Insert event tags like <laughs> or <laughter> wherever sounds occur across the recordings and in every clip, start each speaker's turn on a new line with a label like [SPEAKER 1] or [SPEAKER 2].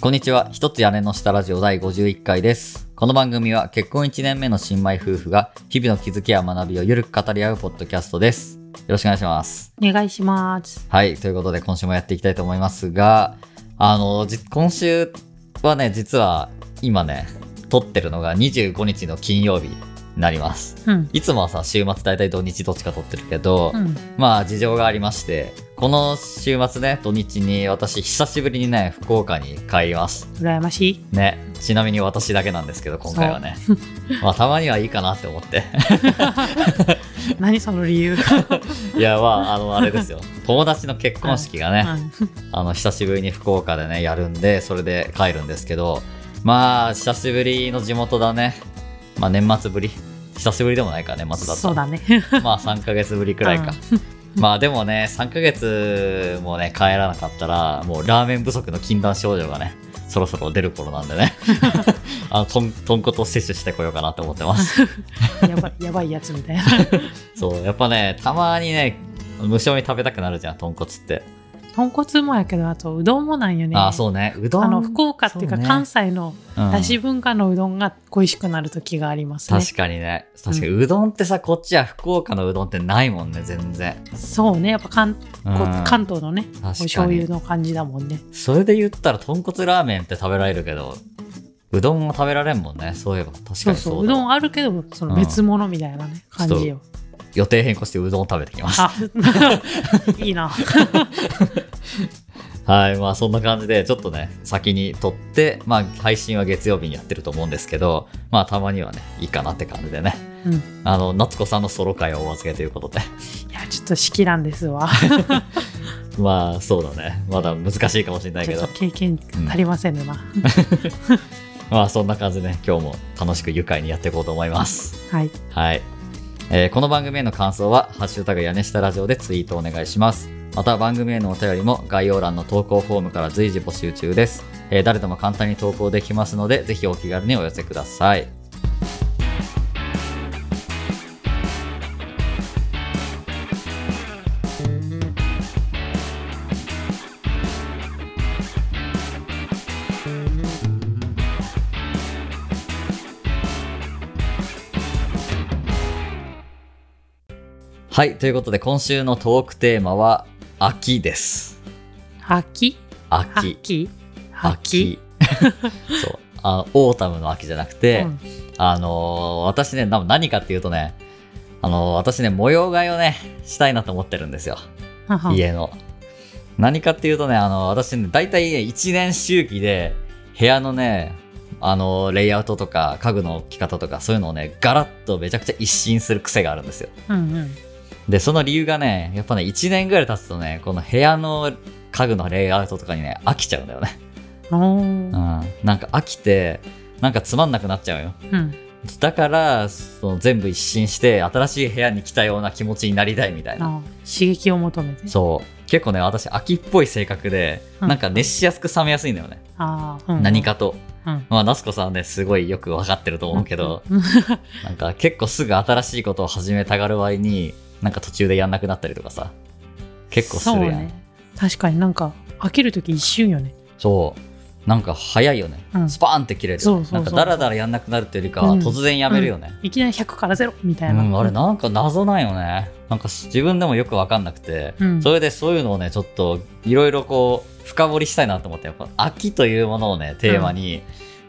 [SPEAKER 1] こんにちは。一つ屋根の下ラジオ第51回です。この番組は結婚1年目の新米夫婦が日々の気づきや学びをゆるく語り合うポッドキャストです。よろしくお願いします。
[SPEAKER 2] お願いします。
[SPEAKER 1] はい。ということで今週もやっていきたいと思いますが、あの、じ今週はね、実は今ね、撮ってるのが25日の金曜日になります。
[SPEAKER 2] うん。
[SPEAKER 1] いつもはさ、週末大体土日どっちか撮ってるけど、
[SPEAKER 2] うん。
[SPEAKER 1] まあ事情がありまして、この週末ね、土日に私久しぶりにね、福岡に帰ります。
[SPEAKER 2] 羨ましい。
[SPEAKER 1] ね、ちなみに私だけなんですけど今回
[SPEAKER 2] <laughs>
[SPEAKER 1] はねまあたまにはいいかなって思って <laughs>
[SPEAKER 2] 何その理由。
[SPEAKER 1] いやまああのあれですよ友達の結婚式がね、
[SPEAKER 2] う
[SPEAKER 1] あの久しぶりに福岡でねやるんでそれで帰るんですけどまあ久しぶりの地元だねまあ年末ぶり久しぶりでもないか年
[SPEAKER 2] ん
[SPEAKER 1] 末だった
[SPEAKER 2] そうだね。
[SPEAKER 1] <laughs> らまあ3ヶ月ぶりくらいか、 <laughs> まあでもね3ヶ月もね帰らなかったらもうラーメン不足の禁断症状がねそろそろ出る頃なんで
[SPEAKER 2] <laughs>
[SPEAKER 1] ねあのとん豚骨を摂取してこようかなと思ってます
[SPEAKER 2] やばい、やばいやつみたいな。
[SPEAKER 1] そう、やっぱね、たまにね、無性に食べたくなるじゃん、豚骨って。
[SPEAKER 2] 豚骨もやけど、あとうどんもなんよね。
[SPEAKER 1] ああ、そうね、うどん。
[SPEAKER 2] あの福岡っていうか、
[SPEAKER 1] そね
[SPEAKER 2] 関西の
[SPEAKER 1] うん
[SPEAKER 2] だし文化のうどんが恋しくなる時がありますね。
[SPEAKER 1] 確かにね、確かに、うどんってさ、こっちは福岡のうどんってないもんね、全然。
[SPEAKER 2] そうね、やっぱ関
[SPEAKER 1] うん
[SPEAKER 2] こう関東のね、
[SPEAKER 1] 確
[SPEAKER 2] お
[SPEAKER 1] か
[SPEAKER 2] 醤油
[SPEAKER 1] に。
[SPEAKER 2] の感じだもんね。
[SPEAKER 1] それで言ったら、豚骨ラーメンって食べられるけど、うどんも食べられんもんね、そういえば。確かにそ
[SPEAKER 2] そうう
[SPEAKER 1] だ
[SPEAKER 2] そう、うどんあるけど、その別物みたいなね、
[SPEAKER 1] うん
[SPEAKER 2] 感じよ。
[SPEAKER 1] 予定変更してうどん食べてきます。
[SPEAKER 2] あ、 <laughs> いいな。
[SPEAKER 1] はい、まあそんな感じで、ちょっとね、先に撮って、まあ配信は月曜日にやってると思うんですけど、まあたまにはね、いいかなって感じでね。
[SPEAKER 2] うん。い
[SPEAKER 1] あの、夏子さんのソロ会をお預けということで。 <laughs>
[SPEAKER 2] や、ちょっと式なんですわ。
[SPEAKER 1] まあ、そうだね。まだ難しいかもしれない
[SPEAKER 2] ち
[SPEAKER 1] け
[SPEAKER 2] ょっ
[SPEAKER 1] ど
[SPEAKER 2] と。経験足りませんね、な。
[SPEAKER 1] まあ、そんな感じでね、今日も楽しく愉快にやっていこうと思います。
[SPEAKER 2] はい。
[SPEAKER 1] はい。えーこの番組への感想は、ハッシュタグ屋根下ラジオでツイートお願いします。また番組へのお便りも概要欄の投稿フォームから随時募集中です。えー誰でも簡単に投稿できますので、ぜひお気軽にお寄せください。はい、ということで今週のトークテーマは、秋です。
[SPEAKER 2] 秋
[SPEAKER 1] 秋。
[SPEAKER 2] 秋
[SPEAKER 1] 秋 <laughs> そうあオータムの秋じゃなくて、
[SPEAKER 2] うん
[SPEAKER 1] あのー私ねな何かっていうとねあのー私ね模様替えをねしたいなと思ってるんですよ
[SPEAKER 2] はは
[SPEAKER 1] 家の何かっていうとねあのー私ね大体ね1年周期で部屋のねあのーレイアウトとか家具の置き方とかそういうのをねガラッとめちゃくちゃ一新する癖があるんですよ
[SPEAKER 2] うんうん
[SPEAKER 1] でその理由がねやっぱね1年ぐらい経つとねこの部屋の家具のレイアウトとかにね飽きちゃうんだよね
[SPEAKER 2] お
[SPEAKER 1] う
[SPEAKER 2] ー
[SPEAKER 1] ん、なんか飽きてなんかつまんなくなっちゃうよ
[SPEAKER 2] うん
[SPEAKER 1] だからその全部一新して新しい部屋に来たような気持ちになりたいみたいな
[SPEAKER 2] あ刺激を求めて
[SPEAKER 1] そう結構ね私秋っぽい性格で
[SPEAKER 2] うん
[SPEAKER 1] なんか熱しやすく冷めやすいんだよね、
[SPEAKER 2] あーうんうん
[SPEAKER 1] 何かと
[SPEAKER 2] うん
[SPEAKER 1] まあ夏子さんねすごいよく分かってると思うけど、
[SPEAKER 2] うん
[SPEAKER 1] なんか結構すぐ新しいことを始めたがる割になんか途中でやんなくなったりとかさ結構するやん
[SPEAKER 2] そうね確かになんか飽きる時一瞬よね
[SPEAKER 1] そうなんか早いよね、
[SPEAKER 2] うん
[SPEAKER 1] スパーンって切れるよね
[SPEAKER 2] そうそうそ
[SPEAKER 1] な
[SPEAKER 2] う
[SPEAKER 1] んかダラダラやんなくなるっていうよりかは
[SPEAKER 2] うん
[SPEAKER 1] 突然やめるよね、
[SPEAKER 2] いきなり100から0みた
[SPEAKER 1] う、
[SPEAKER 2] いなん
[SPEAKER 1] あれなんか謎なんよねなんか自分でもよく分かんなくて、
[SPEAKER 2] うん
[SPEAKER 1] それでそういうのをねちょっといろいろこう深掘りしたいなと思ってやっぱ秋というものをねテーマに、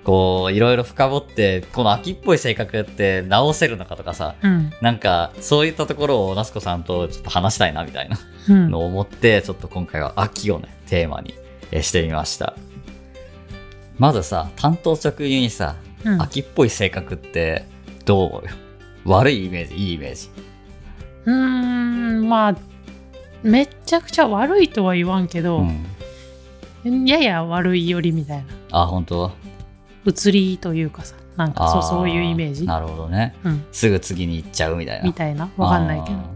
[SPEAKER 1] こういろいろ深掘ってこの秋っぽい性格って直せるのかとかさ
[SPEAKER 2] うん
[SPEAKER 1] なんかそういったところを夏子さんとちょっと話したいなみたいな
[SPEAKER 2] うん
[SPEAKER 1] のを思って、ちょっと今回は秋をねテーマにえしてみましたまずさ担当直入にさ
[SPEAKER 2] うん
[SPEAKER 1] 秋っぽい性格ってどう思うよ悪いイメージいいイメージ
[SPEAKER 2] うーんまあめっちゃくちゃ悪いとは言わんけど、
[SPEAKER 1] うん、
[SPEAKER 2] やや悪いよりみたいな
[SPEAKER 1] あ本当
[SPEAKER 2] 移りというかさなんか
[SPEAKER 1] あ
[SPEAKER 2] そう
[SPEAKER 1] ー
[SPEAKER 2] そういうイメージ、
[SPEAKER 1] なるほどね
[SPEAKER 2] うん、
[SPEAKER 1] すぐ次に行っちゃうみたいな
[SPEAKER 2] みたいなわかんないけど
[SPEAKER 1] あー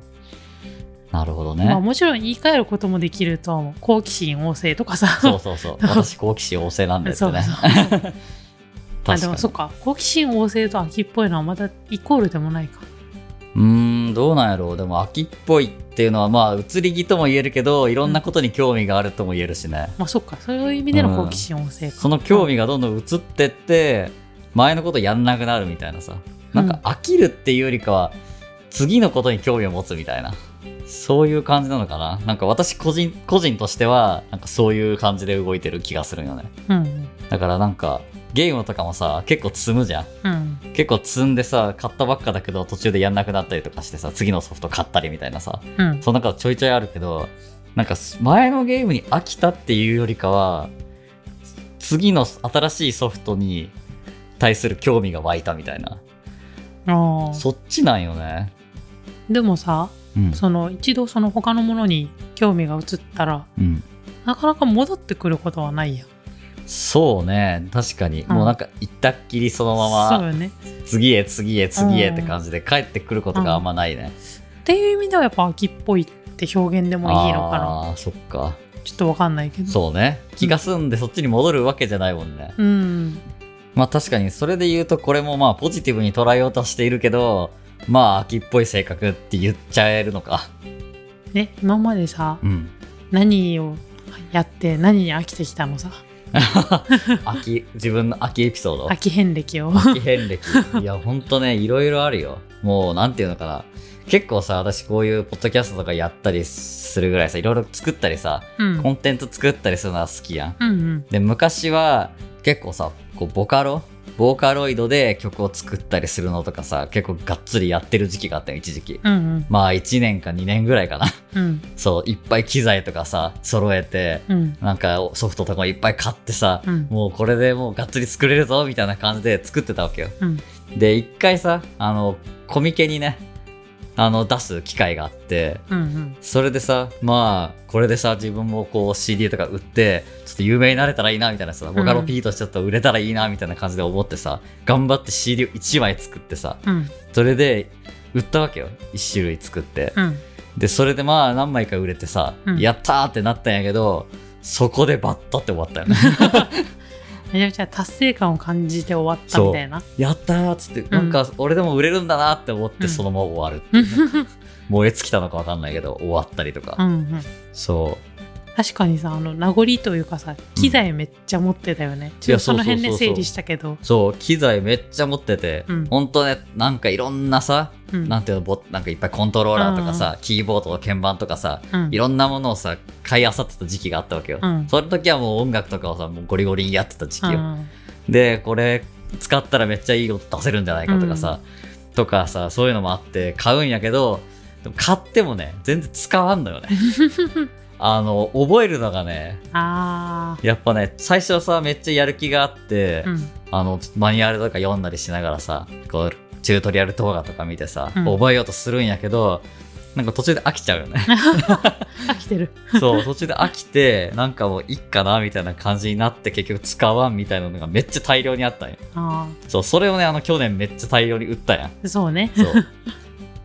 [SPEAKER 1] なるほどね、
[SPEAKER 2] まあもちろん言い換えることもできると思う好奇心旺盛とかさ
[SPEAKER 1] そうそうそう私好奇心旺盛なんですよね <laughs>
[SPEAKER 2] そうそうそうあ
[SPEAKER 1] 確
[SPEAKER 2] でも
[SPEAKER 1] か
[SPEAKER 2] そっか好奇心旺盛と秋っぽいのはまたイコールでもないか
[SPEAKER 1] にうーんどうなんやろうでも秋っぽいっていうのはまあ移り気とも言えるけどいろんなことに興味があるとも言えるしね、
[SPEAKER 2] まあそっかそういう意味での
[SPEAKER 1] うん
[SPEAKER 2] 好奇心旺盛か、
[SPEAKER 1] その興味がどんどん移ってって前のことやんなくなるみたいなさなんか飽きるっていうよりかは次のことに興味を持つみたいなそういう感じなのかななんか私個人個人としてはなんかそういう感じで動いてる気がするよね
[SPEAKER 2] うんうん
[SPEAKER 1] だからなんかゲームとかもさ結構積むじゃん
[SPEAKER 2] うん
[SPEAKER 1] 結構積んでさ買ったばっかだけど途中でやんなくなったりとかしてさ次のソフト買ったりみたいなさ
[SPEAKER 2] うん
[SPEAKER 1] その中ちょいちょいあるけどなんか前のゲームに飽きたっていうよりかは次の新しいソフトに対する興味が湧いたみたいな
[SPEAKER 2] あー
[SPEAKER 1] そっちなんよね、
[SPEAKER 2] でもさ
[SPEAKER 1] うん
[SPEAKER 2] その一度その他のものに興味が移ったら
[SPEAKER 1] うん
[SPEAKER 2] なかなか戻ってくることはないやん
[SPEAKER 1] そうね確かに、
[SPEAKER 2] ん
[SPEAKER 1] もうなんか行ったっきりそのま
[SPEAKER 2] そう
[SPEAKER 1] ま
[SPEAKER 2] よね
[SPEAKER 1] 次へ次へ次へって
[SPEAKER 2] うん
[SPEAKER 1] 感じで帰ってくることがあんまないね、
[SPEAKER 2] っていう意味ではやっぱ秋っぽいって表現でもいいのかな
[SPEAKER 1] あーそっか
[SPEAKER 2] ちょっとわかんないけど
[SPEAKER 1] そうね気が済んでそっちに戻るわけじゃないもんね、
[SPEAKER 2] うん
[SPEAKER 1] まあ確かにそれで言うとこれもまあポジティブに捉えようとしているけどまあ秋っぽい性格って言っちゃえるのか
[SPEAKER 2] ね今までさ
[SPEAKER 1] うん
[SPEAKER 2] 何をやって何に飽きてきたのさ
[SPEAKER 1] 秋自分の秋エピソード
[SPEAKER 2] 秋遍歴を
[SPEAKER 1] 秋遍
[SPEAKER 2] <laughs>
[SPEAKER 1] 歴いやほんとねいろいろあるよもうなんていうのかな結構さ私こういうポッドキャストとかやったりするぐらいさいろいろ作ったりさ
[SPEAKER 2] うん
[SPEAKER 1] コンテンツ作ったりするのは好きやん
[SPEAKER 2] うんうん
[SPEAKER 1] で昔は結構さこうボカロボーカロイドで曲を作ったりするのとかさ結構がっつりやってる時期があったよ一時期
[SPEAKER 2] うんうん
[SPEAKER 1] まあ1年か2年ぐらいかな
[SPEAKER 2] うん
[SPEAKER 1] そういっぱい機材とかさ揃えて
[SPEAKER 2] うん
[SPEAKER 1] なんかソフトとかもいっぱい買ってさ、
[SPEAKER 2] うん
[SPEAKER 1] もうこれでもうがっつり作れるぞみたいな感じで作ってたわけよ
[SPEAKER 2] うん
[SPEAKER 1] で一回さあのコミケにねあの出す機会があって
[SPEAKER 2] うん
[SPEAKER 1] それでさまあこれでさ自分もこう CD とか売ってちょっと有名になれたらいいなみたいなさボカロ P としてちょっと売れたらいいなみたいな感じで思ってさ頑張って CD を1枚作ってさ
[SPEAKER 2] うん
[SPEAKER 1] それで売ったわけよ1種類作って
[SPEAKER 2] うん
[SPEAKER 1] でそれでまあ何枚か売れてさ、
[SPEAKER 2] うん
[SPEAKER 1] やったーってなったんやけどそこでバッタって終わったよ
[SPEAKER 2] <laughs>
[SPEAKER 1] ね
[SPEAKER 2] めちゃめちゃ達成感を感じて終わったみたいな
[SPEAKER 1] やったーっつって、なんか俺でも売れるんだなって思っ
[SPEAKER 2] う
[SPEAKER 1] て
[SPEAKER 2] ん
[SPEAKER 1] そのまま終わる、
[SPEAKER 2] うん
[SPEAKER 1] 燃え尽きたのか分かんないけど終わったりとか、
[SPEAKER 2] <laughs> うんうん
[SPEAKER 1] そ
[SPEAKER 2] 確かにさあの名残というかさ機材めっちゃ持ってたよね、ちょっとその辺
[SPEAKER 1] い
[SPEAKER 2] で
[SPEAKER 1] やそうそうそうそう
[SPEAKER 2] 整理したけど
[SPEAKER 1] うそう機材めっちゃ持ってて、
[SPEAKER 2] うん
[SPEAKER 1] ほんとねなんかいろんなさ、
[SPEAKER 2] うん
[SPEAKER 1] なんていうのボなんかいっぱいコントローラーとかさ、キーボードと鍵盤とかさ
[SPEAKER 2] うん
[SPEAKER 1] いろんなものをさ買いあさってた時期があったわけよ、
[SPEAKER 2] うん
[SPEAKER 1] その時はもう音楽とかをさもうゴリゴリにやってた時期よ、
[SPEAKER 2] うん
[SPEAKER 1] でこれ使ったらめっちゃいい音出せるんじゃないかとかさ、とかさそういうのもあって買うんやけどでも買ってもね全然使わんのよ
[SPEAKER 2] <laughs>
[SPEAKER 1] ねあの覚えるのがね
[SPEAKER 2] あ
[SPEAKER 1] やっぱね最初さめっちゃやる気があって、
[SPEAKER 2] ーうん
[SPEAKER 1] あのマニュアルとか読んだりしながらさこうチュートリアル動画とか見てさ、
[SPEAKER 2] うん
[SPEAKER 1] 覚えようとするんやけどなんか途中で飽きちゃうよね
[SPEAKER 2] <laughs> 飽きてる
[SPEAKER 1] そう途中で飽きてなんかもういっかなみたいな感じになって結局使わんみたいなのがめっちゃ大量にあったんよ
[SPEAKER 2] あ
[SPEAKER 1] そう、それをね、あの、去年めっちゃ大量に売ったやん。
[SPEAKER 2] ーそうね <laughs>
[SPEAKER 1] そう。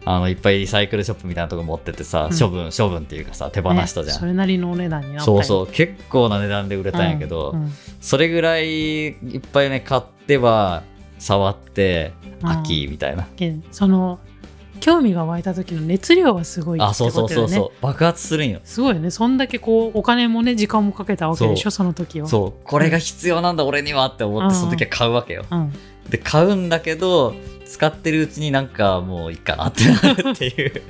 [SPEAKER 1] あの、いっぱいリサイクルショップみたいなとこ持ってってさ
[SPEAKER 2] う、ん
[SPEAKER 1] 処分、処分っていうかさ、手放したじ
[SPEAKER 2] ね
[SPEAKER 1] ゃ
[SPEAKER 2] そ
[SPEAKER 1] ん。
[SPEAKER 2] れなりのお値段になった
[SPEAKER 1] そうそうう、結構な値段で売れたんやけど、それぐらいいっぱいね、買っては、触って、秋みたいな。
[SPEAKER 2] その興味が湧いた時の熱量がすごいって
[SPEAKER 1] あ、そうそ
[SPEAKER 2] こ
[SPEAKER 1] う
[SPEAKER 2] と
[SPEAKER 1] そ
[SPEAKER 2] よ
[SPEAKER 1] う
[SPEAKER 2] ね
[SPEAKER 1] そう、爆発するんよ。
[SPEAKER 2] すごいよねそんだけこうお金もね時間もかけたわけでし
[SPEAKER 1] そ
[SPEAKER 2] ょその時は
[SPEAKER 1] そう、これが必要なんだ、俺にはって思って、
[SPEAKER 2] うん
[SPEAKER 1] その時は買うわけよ。
[SPEAKER 2] うん
[SPEAKER 1] で、買うんだけど、使ってるうちになんかもういいかなってなるって
[SPEAKER 2] <laughs>
[SPEAKER 1] いう。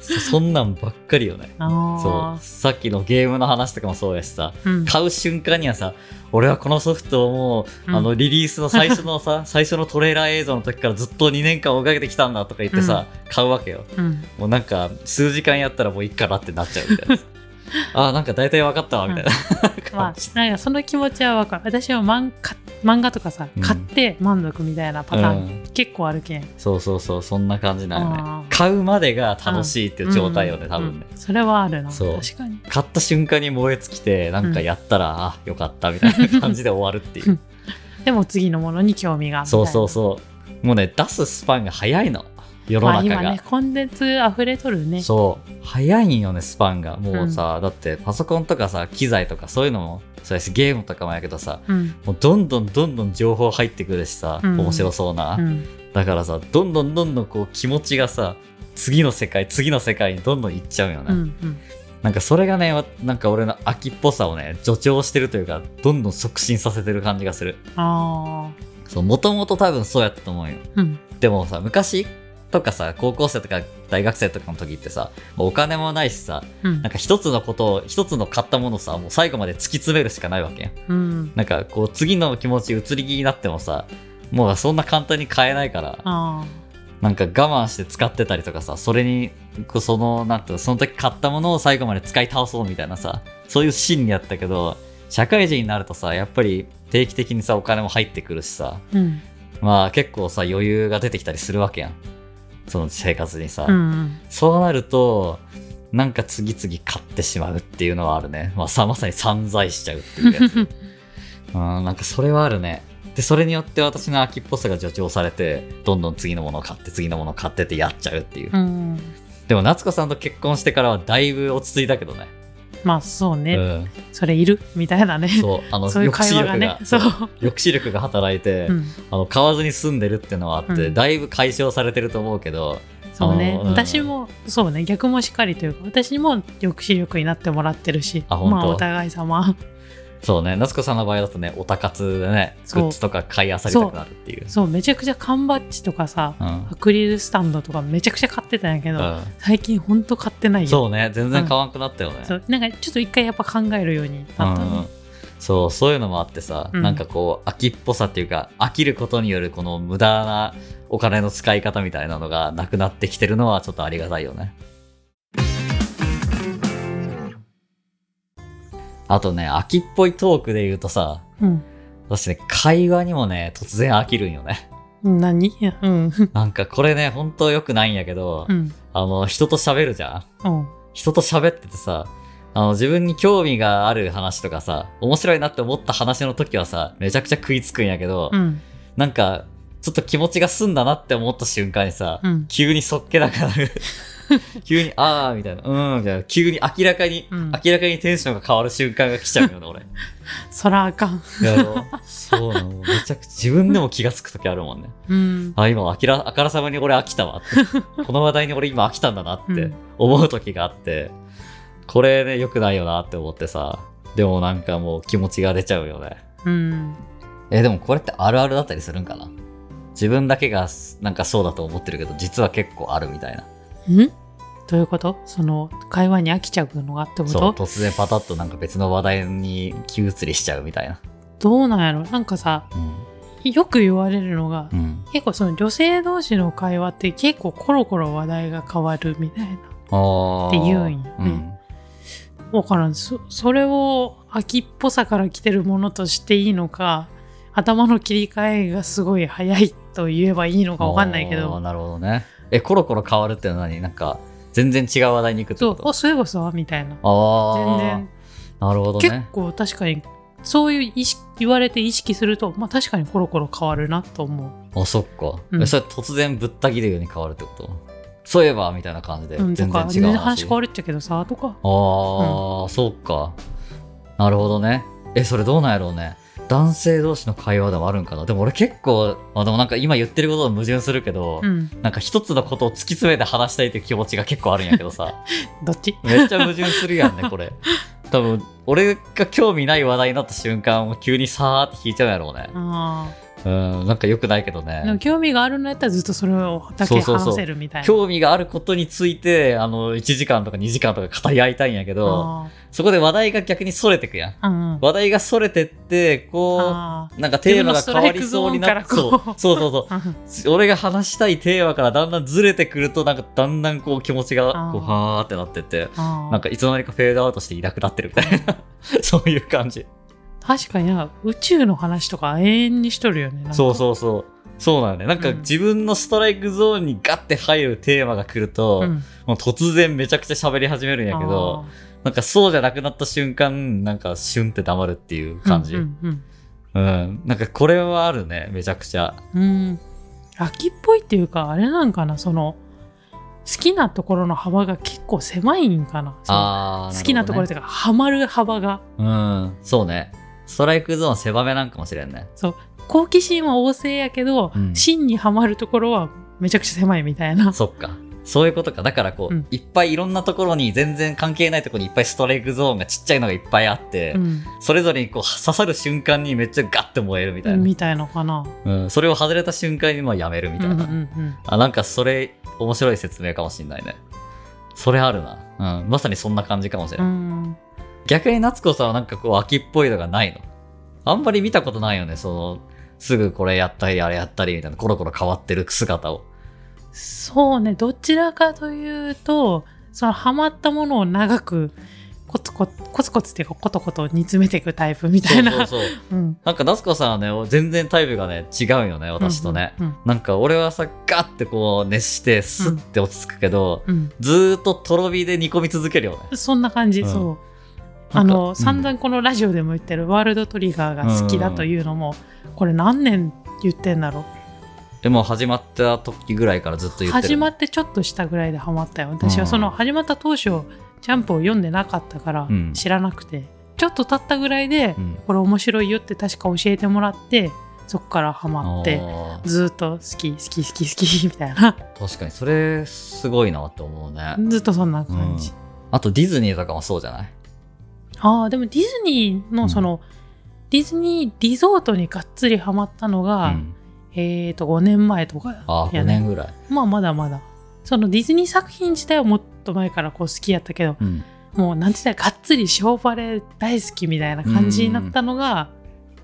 [SPEAKER 1] そそんなんばっかりよね。そ
[SPEAKER 2] あ
[SPEAKER 1] うさっきのゲームの話とかもそうやしさ
[SPEAKER 2] あうん
[SPEAKER 1] 買う瞬間にはさ俺はこのソフトをもう、
[SPEAKER 2] うん
[SPEAKER 1] あのリリースの最初の
[SPEAKER 2] <laughs>
[SPEAKER 1] さ最初のトレーラー映像の時からずっと2年間追いかけてきたんだとか言ってさ、買うわけよ
[SPEAKER 2] うん
[SPEAKER 1] もうなんか数時間やったらもういいかなってなっちゃうみ
[SPEAKER 2] <laughs>
[SPEAKER 1] たいなさあーなんか大体分かったわみたいな、
[SPEAKER 2] まあ、なんかその気持ちはわかる私は漫画漫画とかさ、
[SPEAKER 1] うん
[SPEAKER 2] 買って満足みたいなパターン、
[SPEAKER 1] うん
[SPEAKER 2] 結構あるけん
[SPEAKER 1] そうそうそうそんな感じなんよね
[SPEAKER 2] あー
[SPEAKER 1] 買うまでが楽しいっていう状態よね、多分ね、
[SPEAKER 2] うんそれはあるな
[SPEAKER 1] そう
[SPEAKER 2] 確かに
[SPEAKER 1] 買った瞬間に燃え尽きてなんかやったら、あよかったみたいな感じで終わるっていう
[SPEAKER 2] でも次のものに興味があるみたい
[SPEAKER 1] そう
[SPEAKER 2] な
[SPEAKER 1] そうそう。もうね、出すスパンが早いの。世の
[SPEAKER 2] まあ
[SPEAKER 1] 中が、
[SPEAKER 2] 今ねコンテンツ溢れとるね
[SPEAKER 1] そう早いんよねスパンがもうさ、だってパソコンとかさ機材とかそういうのもそうやしゲームとかもやけどさ
[SPEAKER 2] うん
[SPEAKER 1] もうどんどんどんどん情報入ってくるしさ、
[SPEAKER 2] うん
[SPEAKER 1] 面白そうな、
[SPEAKER 2] うん
[SPEAKER 1] だからさどんどんどんどんこう気持ちがさ次の世界次の世界にどんどん行っちゃうよね、
[SPEAKER 2] うんうん
[SPEAKER 1] なんかそれがねわなんか俺の秋っぽさをね助長してるというかどんどん促進させてる感じがする
[SPEAKER 2] あ
[SPEAKER 1] そうもともと多分そうやったと思うよ
[SPEAKER 2] ーうん
[SPEAKER 1] でもさ昔とかさ高校生とか大学生とかの時ってさもうお金もないしさ
[SPEAKER 2] うん
[SPEAKER 1] なんか一つのことを一つの買ったものをさもう最後まで突き詰めるしかないわけやん
[SPEAKER 2] うん
[SPEAKER 1] なんかこう次の気持ち移り気になってもさもうそんな簡単に買えないから
[SPEAKER 2] あ
[SPEAKER 1] なんか我慢して使ってたりとかさそれにこうそのなんていうのその時買ったものを最後まで使い倒そうみたいなさそういう心理やったけど社会人になるとさやっぱり定期的にさお金も入ってくるしさ
[SPEAKER 2] ーうん
[SPEAKER 1] まあ結構さ余裕が出てきたりするわけやんその生活にさ、
[SPEAKER 2] うん
[SPEAKER 1] そうなるとなんか次々買ってしまうっていうのはあるね、まあ、さまさに散財しちゃうっていう
[SPEAKER 2] <laughs>
[SPEAKER 1] やつうんなんかそれはあるねでそれによって私の秋っぽさが助長されてどんどん次のものを買って次のものを買ってってやっちゃうっていう、
[SPEAKER 2] うん
[SPEAKER 1] でも夏子さんと結婚してからはだいぶ落ち着いたけどね
[SPEAKER 2] まあそうね、
[SPEAKER 1] うん、
[SPEAKER 2] それいるみたいなね
[SPEAKER 1] そうあの
[SPEAKER 2] <laughs> そういう
[SPEAKER 1] 抑
[SPEAKER 2] 会
[SPEAKER 1] 止
[SPEAKER 2] 話
[SPEAKER 1] 力
[SPEAKER 2] が
[SPEAKER 1] が
[SPEAKER 2] ねそう、
[SPEAKER 1] 抑止力が働いて、
[SPEAKER 2] うん、
[SPEAKER 1] あの買わずに済んでるっていうのはあって、
[SPEAKER 2] うん
[SPEAKER 1] だいぶ解消されてると思うけど
[SPEAKER 2] そうね
[SPEAKER 1] あのうん
[SPEAKER 2] 私もそうね逆もしっかりというか私も抑止力になってもらってるし
[SPEAKER 1] あ本当
[SPEAKER 2] まあお互い様
[SPEAKER 1] そうね夏子さんの場合だとねおたかつでねグ
[SPEAKER 2] そう
[SPEAKER 1] ッズとか買いあさりたくなるっていう
[SPEAKER 2] そうめちゃくちゃ缶バッジとかさ
[SPEAKER 1] うん
[SPEAKER 2] アクリルスタンドとかめちゃくちゃ買ってたんやけど、最近ほんと買ってな
[SPEAKER 1] う
[SPEAKER 2] い
[SPEAKER 1] ん、
[SPEAKER 2] よ
[SPEAKER 1] そうね全然買わんくなったよね、
[SPEAKER 2] そうなんかちょっと一回やっぱ考えるようになったね、
[SPEAKER 1] うんそうそういうのもあってさ、
[SPEAKER 2] うん
[SPEAKER 1] なんかこう秋っぽさっていうか飽きることによるこの無駄なお金の使い方みたいなのがなくなってきてるのはちょっとありがたいよねあとね秋っぽいトークで言うとさ
[SPEAKER 2] うん
[SPEAKER 1] 私ね会話にもね突然飽きるんよね
[SPEAKER 2] 何うん
[SPEAKER 1] なんかこれね本当良くないんやけど、
[SPEAKER 2] うん
[SPEAKER 1] あの人と喋るじゃん
[SPEAKER 2] うん
[SPEAKER 1] 人と喋っててさ、あの、自分に興味がある話とかさ、面白いなって思った話の時はさ、めちゃくちゃ食いつくんやけど、
[SPEAKER 2] うん
[SPEAKER 1] なんか、ちょっと気持ちが済んだなって思った瞬間にさ、
[SPEAKER 2] うん
[SPEAKER 1] 急にそっけなくな
[SPEAKER 2] <laughs>
[SPEAKER 1] る。急に、あーみたいな、うーん、みたいな、急に明らかに、
[SPEAKER 2] うん
[SPEAKER 1] 明らかにテンションが変わる瞬間が来ちゃうよね、
[SPEAKER 2] <laughs>
[SPEAKER 1] 俺。
[SPEAKER 2] そらあかん
[SPEAKER 1] いや、あのそうなの、めちゃくちゃ、自分でも気がつく時あるもんね。
[SPEAKER 2] うん
[SPEAKER 1] あ、今、あきら、あからさまに俺飽きたわ <laughs> って。この話題に俺今飽きたんだなっ
[SPEAKER 2] う
[SPEAKER 1] て
[SPEAKER 2] ん
[SPEAKER 1] 思う時があって、これね、良くないよなって思ってさ、でもなんかもう気持ちが出ちゃうよね。
[SPEAKER 2] うん
[SPEAKER 1] え、でもこれってあるあるだったりするんかな自分だけがなんかそうだと思ってるけど、実は結構あるみたいな。
[SPEAKER 2] んどういうことその会話に飽きちゃうのがってこ
[SPEAKER 1] そう、
[SPEAKER 2] と
[SPEAKER 1] 突然パタッとなんか別の話題に気移りしちゃうみたいな。
[SPEAKER 2] どうなんやろなんかさ
[SPEAKER 1] うん。
[SPEAKER 2] よく言われるのが、
[SPEAKER 1] うん。
[SPEAKER 2] 結構その女性同士の会話って結構コロコロ話題が変わるみたいな
[SPEAKER 1] あー
[SPEAKER 2] って言うんよね
[SPEAKER 1] うん
[SPEAKER 2] 分からんそそれを秋っぽさから来てるものとしていいのか頭の切り替えがすごい早いと言えばいいのか分かんないけ
[SPEAKER 1] あー
[SPEAKER 2] ど
[SPEAKER 1] なるほどね。え、コロコロ変わるってのは何なんか、全然違う話題に行くって
[SPEAKER 2] そ
[SPEAKER 1] こ
[SPEAKER 2] う
[SPEAKER 1] と
[SPEAKER 2] あそういえばさみたいな
[SPEAKER 1] ああ。
[SPEAKER 2] 全然、
[SPEAKER 1] なるほど
[SPEAKER 2] 結
[SPEAKER 1] ね。
[SPEAKER 2] 構確かにそういう意識言われて意識すると、まあ、確かにコロコロ変わるなと思う
[SPEAKER 1] あ、そっか。
[SPEAKER 2] うん
[SPEAKER 1] えそれ突然ぶった切るように変わるってことそういえばみたいな感じで、
[SPEAKER 2] うん、
[SPEAKER 1] 全然違
[SPEAKER 2] と
[SPEAKER 1] う
[SPEAKER 2] か
[SPEAKER 1] 話。
[SPEAKER 2] 全然話変わるっちゃけどさとか
[SPEAKER 1] ああ、そうか。なるほどね。え、それどうなんやろうね。男性同士の会話でもあるんかな。でも俺結構、あでもなんか今言ってることと矛盾するけど、
[SPEAKER 2] うん
[SPEAKER 1] なんか一つのことを突き詰めて話したいっていう気持ちが結構あるんやけどさ。
[SPEAKER 2] <laughs> どっち
[SPEAKER 1] めっちゃ矛盾するやんね、これ。多分、俺が興味ない話題になった瞬間、もう急にさーって引いちゃうんやろうね。
[SPEAKER 2] あ
[SPEAKER 1] うん、なんか良くないけどね
[SPEAKER 2] ー。でも興味があるのやったらずっとそれをだけ
[SPEAKER 1] そうそうそう
[SPEAKER 2] 話せるみたいな
[SPEAKER 1] 興味があることについてあの1時間とか2時間とか語り合いたいんやけどそこで話題が逆にそれてくやん
[SPEAKER 2] あーうんうん
[SPEAKER 1] 話題がそれてってこ
[SPEAKER 2] あ
[SPEAKER 1] うなんかテーマが変わりそうになって
[SPEAKER 2] 自
[SPEAKER 1] そ
[SPEAKER 2] 分のストライクゾーン
[SPEAKER 1] う
[SPEAKER 2] からこ
[SPEAKER 1] そ
[SPEAKER 2] う
[SPEAKER 1] うそう
[SPEAKER 2] ー
[SPEAKER 1] そう俺が話したいテーマからだんだんずれてくるとなんかだんだんこう気持ちが
[SPEAKER 2] あー
[SPEAKER 1] こうはーってなってって
[SPEAKER 2] あー
[SPEAKER 1] なんかいつの間にかフェードアウトしていなくなってるみたいな <laughs> そういう感じ
[SPEAKER 2] 確かになんか宇宙の話とか永遠にしとるよねなんか
[SPEAKER 1] そうそうそうそうなのねなんか
[SPEAKER 2] うん
[SPEAKER 1] 自分のストライクゾーンにガッて入るテーマが来ると、
[SPEAKER 2] ん
[SPEAKER 1] もう突然めちゃくちゃ喋り始めるんやけど
[SPEAKER 2] あー
[SPEAKER 1] なんかそうじゃなくなった瞬間、なんかシュンって黙るっていう感じ。う、
[SPEAKER 2] うんんうん
[SPEAKER 1] なんかこれはあるね、めちゃくちゃ。
[SPEAKER 2] うんうん秋っぽいっていうかあれなんかなその好きなところの幅が結構狭いんかなその
[SPEAKER 1] あー
[SPEAKER 2] 好きなところ
[SPEAKER 1] る
[SPEAKER 2] っていうかハマる幅が
[SPEAKER 1] ほどねうんそうねストライクゾーン狭めなんかもしれんね
[SPEAKER 2] 好奇心は旺盛やけど、
[SPEAKER 1] うん
[SPEAKER 2] 真にはまるところはめちゃくちゃ狭いみたいな
[SPEAKER 1] そっかそういうことかだからこう、
[SPEAKER 2] うん
[SPEAKER 1] いっぱいいろんなところに全然関係ないところにいっぱいストライクゾーンがちっちゃいのがいっぱいあって、
[SPEAKER 2] うん
[SPEAKER 1] それぞれにこう刺さる瞬間にめっちゃガッて燃えるみたいな、
[SPEAKER 2] みたいなかな
[SPEAKER 1] うん、それを外れた瞬間にまあやめるみたいな、
[SPEAKER 2] うんうんうん
[SPEAKER 1] あなんかそれ面白い説明かもしんないねそれあるな、うん、まさにそんな感じかもしれ
[SPEAKER 2] う
[SPEAKER 1] ない、
[SPEAKER 2] ん
[SPEAKER 1] 逆に夏子さんはなんかこう秋っぽいのがないのあんまり見たことないよねそのすぐこれやったりあれやったりみたいなコロコロ変わってる姿を
[SPEAKER 2] そうねどちらかというとそのハマったものを長くコツコツコツコツっていうかコトコト煮詰めていくタイプみた
[SPEAKER 1] そ
[SPEAKER 2] いう <laughs> な
[SPEAKER 1] そうそう
[SPEAKER 2] うん
[SPEAKER 1] なんか夏子さんはね全然タイプがね違うよね私とね、
[SPEAKER 2] うんうん
[SPEAKER 1] なんか俺はさガッてこう熱してスッて落ち着くけど、
[SPEAKER 2] うん
[SPEAKER 1] ずーっととろ火で煮込み続けるよね
[SPEAKER 2] そんな感じ、
[SPEAKER 1] うん
[SPEAKER 2] そう
[SPEAKER 1] な
[SPEAKER 2] あ
[SPEAKER 1] んかう
[SPEAKER 2] の
[SPEAKER 1] ん
[SPEAKER 2] 散々このラジオでも言ってるワールドトリガーが好きだというのも、これ何年言ってんだろ
[SPEAKER 1] でも始まった時ぐらいからずっと
[SPEAKER 2] う
[SPEAKER 1] 言ってる
[SPEAKER 2] 始まってちょっとしたぐらいでハマったよ私
[SPEAKER 1] う
[SPEAKER 2] は
[SPEAKER 1] ん
[SPEAKER 2] その始まった当初ジャンプを読んでなかったから
[SPEAKER 1] うん
[SPEAKER 2] 知らなくて、ちょっと経ったぐらいで、
[SPEAKER 1] うん
[SPEAKER 2] これ面白いよって確か教えてもらってそこからハマって
[SPEAKER 1] あー
[SPEAKER 2] ずーっと好き好き好き好き <laughs> みたいな
[SPEAKER 1] 確かにそれすごいなって思うね、
[SPEAKER 2] ずっとそんな感じ、
[SPEAKER 1] うんあとディズニーとかもそうじゃない
[SPEAKER 2] ああでもディズニーのその、ディズニーリゾートにがっつりハマったのが、
[SPEAKER 1] うん
[SPEAKER 2] えーと5年前とか
[SPEAKER 1] ああ
[SPEAKER 2] や
[SPEAKER 1] 5年ぐらい、
[SPEAKER 2] まあまだまだそのディズニー作品自体はもっと前からこう好きやったけど
[SPEAKER 1] うん、
[SPEAKER 2] もうなんて言ったらがっつりショーバレ大好きみたいな感じになったのが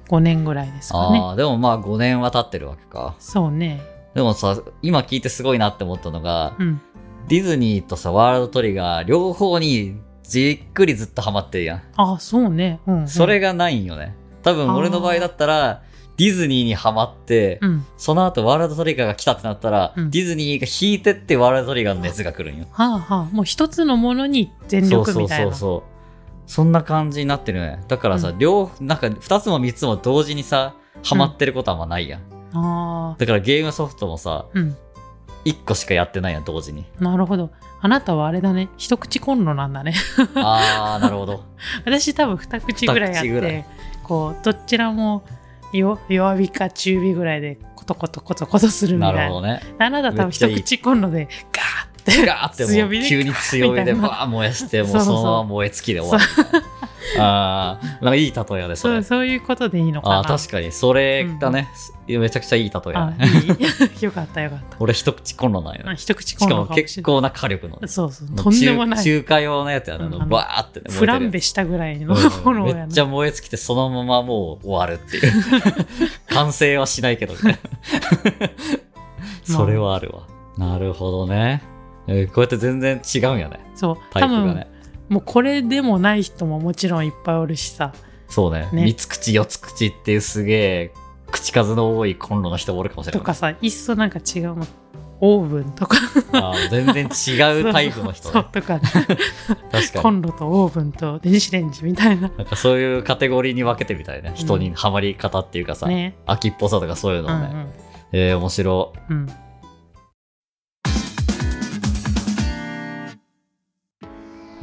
[SPEAKER 2] 5年ぐらいですかね
[SPEAKER 1] ああでもまあ5年は経ってるわけか
[SPEAKER 2] そうね
[SPEAKER 1] でもさ今聞いてすごいなって思ったのが、
[SPEAKER 2] うん
[SPEAKER 1] ディズニーとさワールドトリガー両方にじっくりずっとハマってるやん、
[SPEAKER 2] ああそうねうん、うん、
[SPEAKER 1] それがないんよね多分俺の場合だったらディズニーにハマって、
[SPEAKER 2] うん
[SPEAKER 1] その後ワールドトリガーが来たってなったら、
[SPEAKER 2] うん
[SPEAKER 1] ディズニーが引いてってワールドトリガーの熱が来るんよ
[SPEAKER 2] はあはあもう一つのものに全
[SPEAKER 1] そう
[SPEAKER 2] 力
[SPEAKER 1] そ
[SPEAKER 2] み
[SPEAKER 1] う
[SPEAKER 2] たい
[SPEAKER 1] そう
[SPEAKER 2] な
[SPEAKER 1] そうそんな感じになってるねだからさ、
[SPEAKER 2] う
[SPEAKER 1] 両なんか2つも3つも同時にさハマってることはあんまないやん、
[SPEAKER 2] ああ
[SPEAKER 1] だからゲームソフトもさ
[SPEAKER 2] うん
[SPEAKER 1] 1個しかやってないやん同時
[SPEAKER 2] <laughs>
[SPEAKER 1] に
[SPEAKER 2] なるほどあなたはあれだね一口コンロなんだね
[SPEAKER 1] あーなるほど
[SPEAKER 2] 私多分二口ぐらいあっ
[SPEAKER 1] 二口ぐらい
[SPEAKER 2] てこうどちらもよ弱火か中火ぐらいでコトコトコトコトするみた
[SPEAKER 1] ない
[SPEAKER 2] な
[SPEAKER 1] るほどね
[SPEAKER 2] あなた多分一口コンロでガーって
[SPEAKER 1] ガーって
[SPEAKER 2] 強
[SPEAKER 1] も
[SPEAKER 2] 火
[SPEAKER 1] う
[SPEAKER 2] で
[SPEAKER 1] 急に強火で
[SPEAKER 2] みたい
[SPEAKER 1] バ
[SPEAKER 2] な
[SPEAKER 1] ー燃やしても
[SPEAKER 2] そう
[SPEAKER 1] う
[SPEAKER 2] そ
[SPEAKER 1] そうのまま燃え尽きで終わるみたいなあーなんかいい例えやでそ
[SPEAKER 2] <laughs> そ
[SPEAKER 1] れ
[SPEAKER 2] うそういうことでいいのかな
[SPEAKER 1] あー確かにそれだね、めちゃくちゃいい例えやね
[SPEAKER 2] あいい <laughs> よかったよかった
[SPEAKER 1] 俺一口コンロなんや
[SPEAKER 2] あ
[SPEAKER 1] ね
[SPEAKER 2] 一口コ
[SPEAKER 1] し
[SPEAKER 2] ン
[SPEAKER 1] か
[SPEAKER 2] ロ
[SPEAKER 1] も
[SPEAKER 2] かもし
[SPEAKER 1] 結
[SPEAKER 2] れない
[SPEAKER 1] 構な火力の
[SPEAKER 2] そうそうとんでもな
[SPEAKER 1] 中
[SPEAKER 2] い
[SPEAKER 1] 中華用のやつやね、あの
[SPEAKER 2] うんあの
[SPEAKER 1] バーってね、燃えてるやつ
[SPEAKER 2] フランベしたぐらいの
[SPEAKER 1] うん
[SPEAKER 2] <laughs> 炎や
[SPEAKER 1] め
[SPEAKER 2] な、
[SPEAKER 1] っちゃ燃え尽きてそのままもう終わるっていう
[SPEAKER 2] <laughs>
[SPEAKER 1] 完成はしないけどねそれはあるわ、なるほどねえーこうやって全然違うんやね
[SPEAKER 2] そう
[SPEAKER 1] タイ
[SPEAKER 2] 多
[SPEAKER 1] プが
[SPEAKER 2] 分
[SPEAKER 1] ね
[SPEAKER 2] もうこれでもない人ももちろんいっぱいおるしさ
[SPEAKER 1] そうね
[SPEAKER 2] ね
[SPEAKER 1] 三つ口四つ口っていうすげえ口数の多いコンロの人もおるかもしれ
[SPEAKER 2] と
[SPEAKER 1] ない
[SPEAKER 2] かさいっそなんか違うもんオーブンとか
[SPEAKER 1] あー全然違うタイプの人
[SPEAKER 2] <laughs> そ
[SPEAKER 1] ね
[SPEAKER 2] うとか
[SPEAKER 1] 確か
[SPEAKER 2] コ
[SPEAKER 1] に
[SPEAKER 2] ンロとオーブンと電子レンジみたいな
[SPEAKER 1] なんかそういうカテゴリーに分けてみたいね人にハマり方っていうかさ、
[SPEAKER 2] ね
[SPEAKER 1] 秋っぽさとかそういう
[SPEAKER 2] う
[SPEAKER 1] の
[SPEAKER 2] んう
[SPEAKER 1] をね、
[SPEAKER 2] ん
[SPEAKER 1] えー面白
[SPEAKER 2] うん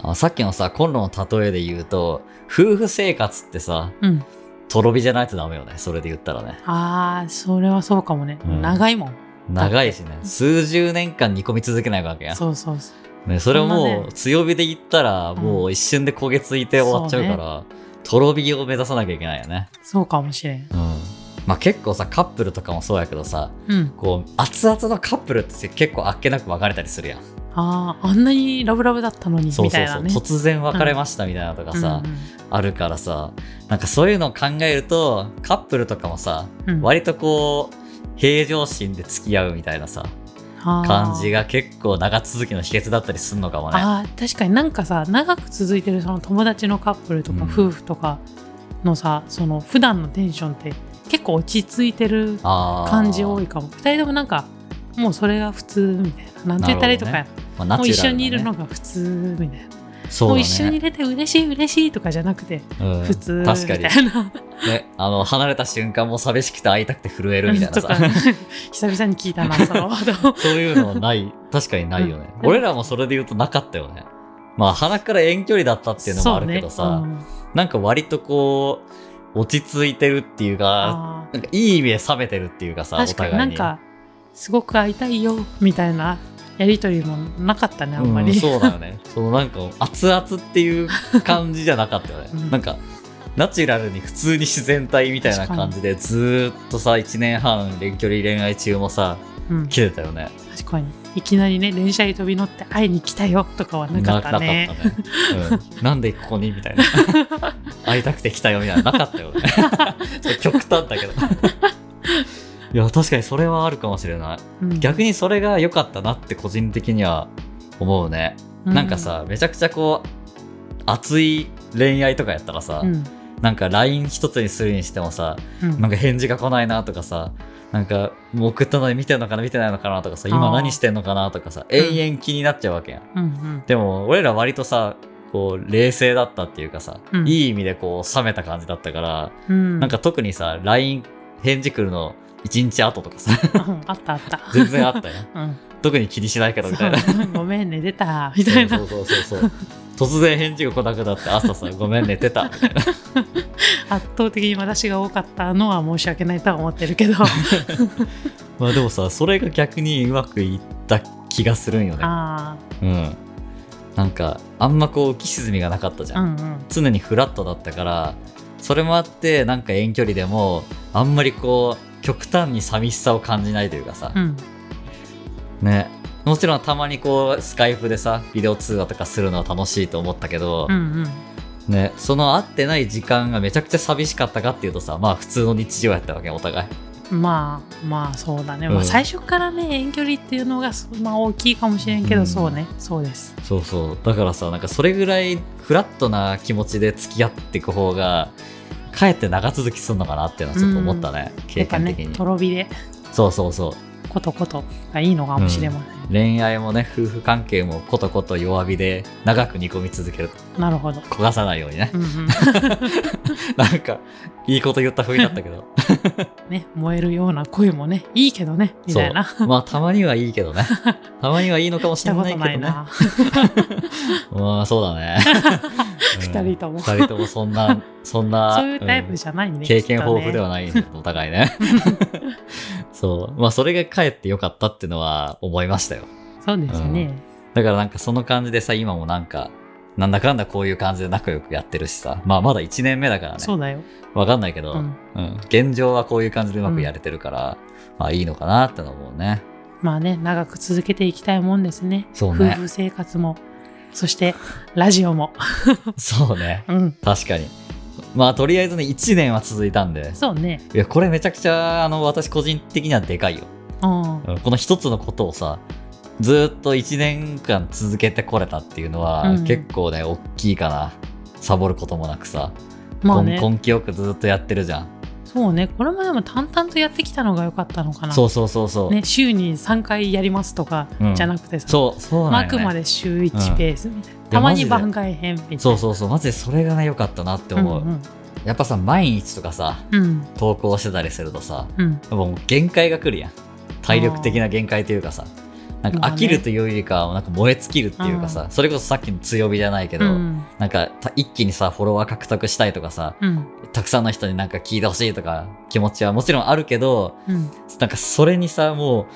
[SPEAKER 1] あさっきのさコンロの例えで言うと夫婦生活ってさ
[SPEAKER 2] うん
[SPEAKER 1] とろ火じゃないとダメよねそれで言ったらね
[SPEAKER 2] ああそれはそうかもね、
[SPEAKER 1] うん
[SPEAKER 2] 長いもん
[SPEAKER 1] 長いしね数十年間煮込み続けないわけや
[SPEAKER 2] そうそうそう
[SPEAKER 1] そ,、ね、それを
[SPEAKER 2] そん
[SPEAKER 1] も
[SPEAKER 2] なね
[SPEAKER 1] う強火で言ったら
[SPEAKER 2] ん
[SPEAKER 1] もう一瞬で焦げついて終わっちゃうから、とろ火を目指さなきゃいけないよね
[SPEAKER 2] そうかもしれん
[SPEAKER 1] うんまあ結構さカップルとかもそうやけどさ
[SPEAKER 2] うん
[SPEAKER 1] こう熱々のカップルって結構あっけなく別れたりするやん、
[SPEAKER 2] あああんなにラブラブだったのに
[SPEAKER 1] そう
[SPEAKER 2] みた
[SPEAKER 1] そ
[SPEAKER 2] いう
[SPEAKER 1] そ
[SPEAKER 2] な
[SPEAKER 1] う
[SPEAKER 2] ね
[SPEAKER 1] 突然別れましたみたいなとかさ、あるからさなんかそういうのを考えるとカップルとかもさ
[SPEAKER 2] うんうん
[SPEAKER 1] 割とこう平常心で付き合うみたいなさ
[SPEAKER 2] あー
[SPEAKER 1] 感じが結構長続きの秘訣だったりすんのかもね
[SPEAKER 2] あー確かになんかさ長く続いてるその友達のカップルと
[SPEAKER 1] うん
[SPEAKER 2] か夫婦とかのさ、その普段のテンションって結構落ち着いてる
[SPEAKER 1] あー
[SPEAKER 2] 感じ多いかも2人ともなんかもうそれが普通みたいななんて言ったらいいとか、
[SPEAKER 1] なる
[SPEAKER 2] もう一緒にい
[SPEAKER 1] ね
[SPEAKER 2] るのが普通みたいな
[SPEAKER 1] そうだ
[SPEAKER 2] もう
[SPEAKER 1] ね
[SPEAKER 2] 一緒に出て嬉しい嬉しいとかじゃなくて、
[SPEAKER 1] うん
[SPEAKER 2] 普通み
[SPEAKER 1] 確
[SPEAKER 2] た
[SPEAKER 1] か
[SPEAKER 2] い
[SPEAKER 1] に
[SPEAKER 2] な。
[SPEAKER 1] ねあの離れた瞬間も寂しくて会いたくて震えるみたいな
[SPEAKER 2] と
[SPEAKER 1] さ
[SPEAKER 2] か久々に聞いたなそのワード
[SPEAKER 1] <laughs>
[SPEAKER 2] を
[SPEAKER 1] そういうのはない、確かにないよね。
[SPEAKER 2] うん
[SPEAKER 1] 俺らもそれで言うとなかったよね。まあ、鼻から遠距離だったっていうのもあるけどさ、
[SPEAKER 2] そうねうん
[SPEAKER 1] なんか割とこう、落ち着いてるっていうか、
[SPEAKER 2] あ
[SPEAKER 1] なんかいい意味で冷めてるっていうか
[SPEAKER 2] ー
[SPEAKER 1] さ、お
[SPEAKER 2] 確か
[SPEAKER 1] 互
[SPEAKER 2] にないん
[SPEAKER 1] に。
[SPEAKER 2] かすごく会いたいよみたいなやりとりもなかったねあんま
[SPEAKER 1] う
[SPEAKER 2] り、
[SPEAKER 1] ん、そうだよね。 <laughs> そのなんか、熱々っていう感じじゃなかったよね。
[SPEAKER 2] うん
[SPEAKER 1] なんか、ナチュラルに普通に自然体みたいな感じで、ずーっとさ、1年半遠距離恋愛中もさ、
[SPEAKER 2] うん
[SPEAKER 1] 来てたよね。
[SPEAKER 2] 確かにいきなりね電車に飛び乗って会いに来たよとかはなかったね
[SPEAKER 1] ななかったねうん、 <laughs> なんでここにみたいな会いたくて来たよみたいななかったよね <laughs> ちょっと極端だけど <laughs> いや確かにそれはあるかもしれない
[SPEAKER 2] うん
[SPEAKER 1] 逆にそれが良かったなって個人的には思うね、
[SPEAKER 2] う
[SPEAKER 1] なんかさめちゃくちゃこう熱い恋愛とかやったらさ、
[SPEAKER 2] うん
[SPEAKER 1] なんか LINE 一つにするにしてもさ
[SPEAKER 2] うん
[SPEAKER 1] なんか返事が来ないなとかさなんかもう送ったのに見てるのかな見てないのかなとかさ今
[SPEAKER 2] あー
[SPEAKER 1] 何してんのかなとかさ
[SPEAKER 2] ん
[SPEAKER 1] 永遠気になっちゃうわけやん
[SPEAKER 2] うんうん
[SPEAKER 1] でも俺ら割とさこう冷静だったっていうかさ、
[SPEAKER 2] うん
[SPEAKER 1] いい意味でこう冷めた感じだったから、
[SPEAKER 2] うん
[SPEAKER 1] なんか特にさ LINE 返事来るの1日後とかさ <laughs>
[SPEAKER 2] うん <laughs> あったあった
[SPEAKER 1] 全然あったよ
[SPEAKER 2] うん
[SPEAKER 1] 特に気にしない <laughs> けどみたいな
[SPEAKER 2] そうごめんね出たみたいな
[SPEAKER 1] そうそうそうそう突然返事が来なくなって朝さ「ごめん寝て <laughs> た」みたいな
[SPEAKER 2] 圧倒的に私が多かったのは申し訳ないとは思って
[SPEAKER 1] <laughs>
[SPEAKER 2] るけど
[SPEAKER 1] まあでもさそれが逆にうまくいった気がするんよね
[SPEAKER 2] あ
[SPEAKER 1] うんなんかあんまこう浮き沈みがなかったじゃ
[SPEAKER 2] あうんうん
[SPEAKER 1] 常にフラットだったからそれもあってなんか遠距離でもあんまりこう極端に寂しさを感じないというかさ
[SPEAKER 2] う、ん
[SPEAKER 1] ねもちろんたまにこうスカイプでさビデオ通話とかするのは楽しいと思ったけど
[SPEAKER 2] う、んうん
[SPEAKER 1] ねその会ってない時間がめちゃくちゃ寂しかったかっていうとさまあ普通の日常やったわけよお互い
[SPEAKER 2] まあまあそうだね、
[SPEAKER 1] うん
[SPEAKER 2] まあ、最初からね遠距離っていうのがそまあ大きいかもしれんけど、
[SPEAKER 1] うん
[SPEAKER 2] そうねそうです
[SPEAKER 1] そうそうだからさなんかそれぐらいフラットな気持ちで付き合っていく方がかえって長続きするのかなっていうのはちょっと思ったね、経
[SPEAKER 2] やっぱ
[SPEAKER 1] 験的
[SPEAKER 2] ね
[SPEAKER 1] に、
[SPEAKER 2] とろ火で
[SPEAKER 1] そうそうそう
[SPEAKER 2] ことことがいいのかもしれません、
[SPEAKER 1] 恋愛もね夫婦関係もことこと弱火で長く煮込み続ける
[SPEAKER 2] なるほど
[SPEAKER 1] 焦がさないようにね
[SPEAKER 2] うん <laughs> うん
[SPEAKER 1] なんかいいこと言ったふうになったけ
[SPEAKER 2] <laughs>
[SPEAKER 1] ど
[SPEAKER 2] ね燃えるような恋もねいいけどねみたいな
[SPEAKER 1] まあたまにはいいけどねたまにはいいのかもし
[SPEAKER 2] し
[SPEAKER 1] れ
[SPEAKER 2] たこ
[SPEAKER 1] な
[SPEAKER 2] と
[SPEAKER 1] いけど
[SPEAKER 2] な
[SPEAKER 1] ね
[SPEAKER 2] いな、 <laughs>
[SPEAKER 1] まあそうだね
[SPEAKER 2] 二人とも
[SPEAKER 1] 2人ともそん
[SPEAKER 2] <laughs>
[SPEAKER 1] なそんな
[SPEAKER 2] そういうタイプじゃないね、
[SPEAKER 1] うん経験豊富では
[SPEAKER 2] ない
[SPEAKER 1] ないんだけどお互い
[SPEAKER 2] <laughs>
[SPEAKER 1] ねそうまあそれがかえってよかったっていうのは思いましたよ
[SPEAKER 2] そうですね、
[SPEAKER 1] だからなんかその感じでさ今もなんかなんだかんだこういう感じで仲良くやってるしさまあまだ1年目だからね
[SPEAKER 2] そうだよ
[SPEAKER 1] わかんないけど、
[SPEAKER 2] う
[SPEAKER 1] うんん現状はこういう感じでうまくやれてるから、まあいいのかなってのもね。
[SPEAKER 2] まあね長く続けていきたいもんですね
[SPEAKER 1] そう
[SPEAKER 2] 夫
[SPEAKER 1] ね。
[SPEAKER 2] <laughs> 婦生活もそしてラジオも
[SPEAKER 1] そうね。
[SPEAKER 2] うん
[SPEAKER 1] 確かに。まあとりあえずね、1年は続いたんで。
[SPEAKER 2] そうね
[SPEAKER 1] いや、これめちゃくちゃ、あの、私個人的にはでかいよ。
[SPEAKER 2] うん
[SPEAKER 1] うんこの一つのことをさ、ずーっと1年間続けてこれたっていうのは、
[SPEAKER 2] うん
[SPEAKER 1] 結構ね、大きいかな。サボることもなくさ、
[SPEAKER 2] まあね
[SPEAKER 1] 根根気よくずーっとやってるじゃん。
[SPEAKER 2] そうねこれまでも淡々とやってきたのが良かったのかな
[SPEAKER 1] そうそうそうそう。
[SPEAKER 2] ね、週に3回やりますとか
[SPEAKER 1] うん
[SPEAKER 2] じゃなくてさ、
[SPEAKER 1] そう、そうなんよ
[SPEAKER 2] あ
[SPEAKER 1] ね
[SPEAKER 2] くまで週1ペースみたいな、
[SPEAKER 1] ん
[SPEAKER 2] たまに
[SPEAKER 1] いやマジで
[SPEAKER 2] 番外編みたいな
[SPEAKER 1] そうそうそう、マジでそれがね、良かったなって思う。
[SPEAKER 2] うん
[SPEAKER 1] やっぱさ、毎日とかさ、
[SPEAKER 2] うんうん
[SPEAKER 1] 投稿してたりするとさ、
[SPEAKER 2] うん
[SPEAKER 1] もう限界が来るやん。体力的な限界というかさ、なん
[SPEAKER 2] まあ
[SPEAKER 1] か
[SPEAKER 2] ね
[SPEAKER 1] 飽きるというよりかは、なんか燃え尽きるっていうかさ、それこそさっきの強火じゃないけど、
[SPEAKER 2] うん
[SPEAKER 1] なんかた一気にさ、フォロワー獲得したいとかさ、
[SPEAKER 2] うん
[SPEAKER 1] たくさんの人になんか聞いてほしいとか、気持ちはもちろんあるけど、
[SPEAKER 2] うん
[SPEAKER 1] なんかそれにさ、もう、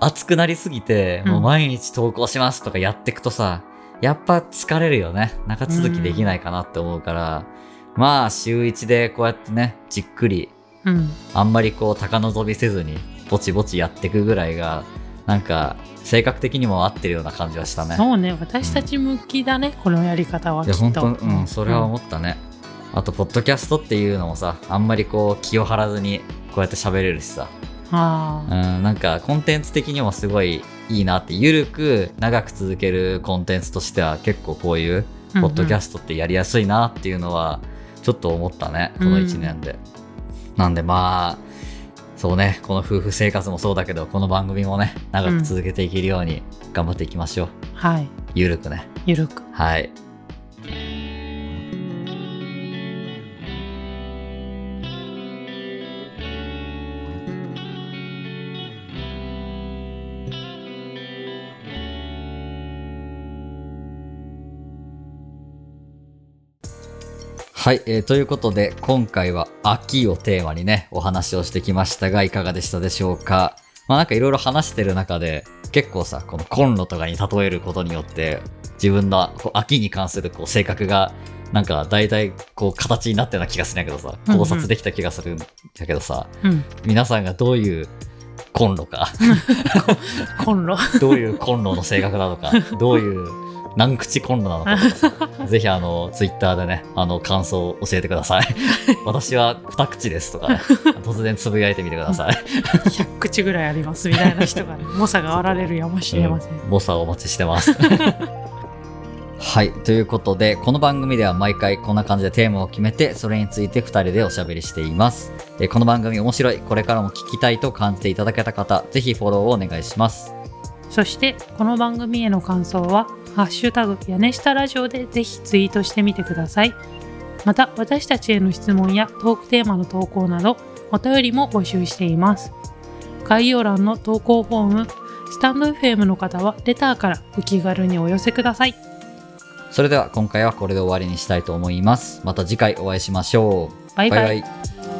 [SPEAKER 1] 熱くなりすぎて、
[SPEAKER 2] うん
[SPEAKER 1] もう毎日投稿しますとかやってくとさ、やっぱ疲れるよね。長続きできないかなって思うから、まあ週1でこうやってね、じっくり、
[SPEAKER 2] うん
[SPEAKER 1] あんまりこう高望みせずに、ぼちぼちやっていくぐらいが、なんか、性格的にも合ってるような感じはしたね。
[SPEAKER 2] そうね私たち向きだね、このやり方はいき
[SPEAKER 1] や、
[SPEAKER 2] っ
[SPEAKER 1] 本
[SPEAKER 2] と
[SPEAKER 1] 当うん、それは思ったね。あと、ポッドキャストっていうのもさ、あんまりこう気を張らずに、こうやって喋れるしさ、
[SPEAKER 2] うんあ
[SPEAKER 1] うん、
[SPEAKER 2] あ
[SPEAKER 1] なんかコンテンツ的にもすごいいいなって、ゆるく長く続けるコンテンツとしては結構こういう、ポッドキャストってやりやすいなっていうのは、ちょっと思ったね、この1年で。なんでまあ、そうね、この夫婦生活もそうだけど、この番組もね、長く続けていけるように頑張っていきましょう。
[SPEAKER 2] はい
[SPEAKER 1] ゆるくね。
[SPEAKER 2] ゆるく
[SPEAKER 1] はい。はい、えーということで今回は秋をテーマにねお話をしてきましたがいかがでしたでしょうかまあなんかいろいろ話してる中で結構さこのコンロとかに例えることによって自分のこう秋に関するこう性格がなんか大体こう形になってるような気がするんだけどさ
[SPEAKER 2] うんうん
[SPEAKER 1] 考察できた気がするんだけどさ、
[SPEAKER 2] うん
[SPEAKER 1] 皆さんがどういうコンロか
[SPEAKER 2] コンロ
[SPEAKER 1] どういうコンロの性格な
[SPEAKER 2] <laughs>
[SPEAKER 1] のかどういう何口コンロなのかとかさぜひあのツイッターでねあの感想を教えてください私は二口ですとか、ね、突然つぶやいてみてください
[SPEAKER 2] 100口ぐらいありますみたいな人がね猛者があられるやもしれません、
[SPEAKER 1] モサをお待ちしてます。 <laughs> はい。ということで、この番組では毎回こんな感じでテーマを決めて、それについて2人でおしゃべりしています。えーこの番組面白い、これからも聞きたいと感じていただけた方、ぜひフォローをお願いします。
[SPEAKER 2] そしてこの番組への感想は「ハッシュタグ屋根下ラジオ」でぜひツイートしてみてくださいまた私たちへの質問やトークテーマの投稿などお便りも募集しています概要欄の投稿フォームスタンド FM の方はレターからお気軽にお寄せください
[SPEAKER 1] それでは今回はこれで終わりにしたいと思います。また次回お会いしましょう。
[SPEAKER 2] バイバイ
[SPEAKER 1] イ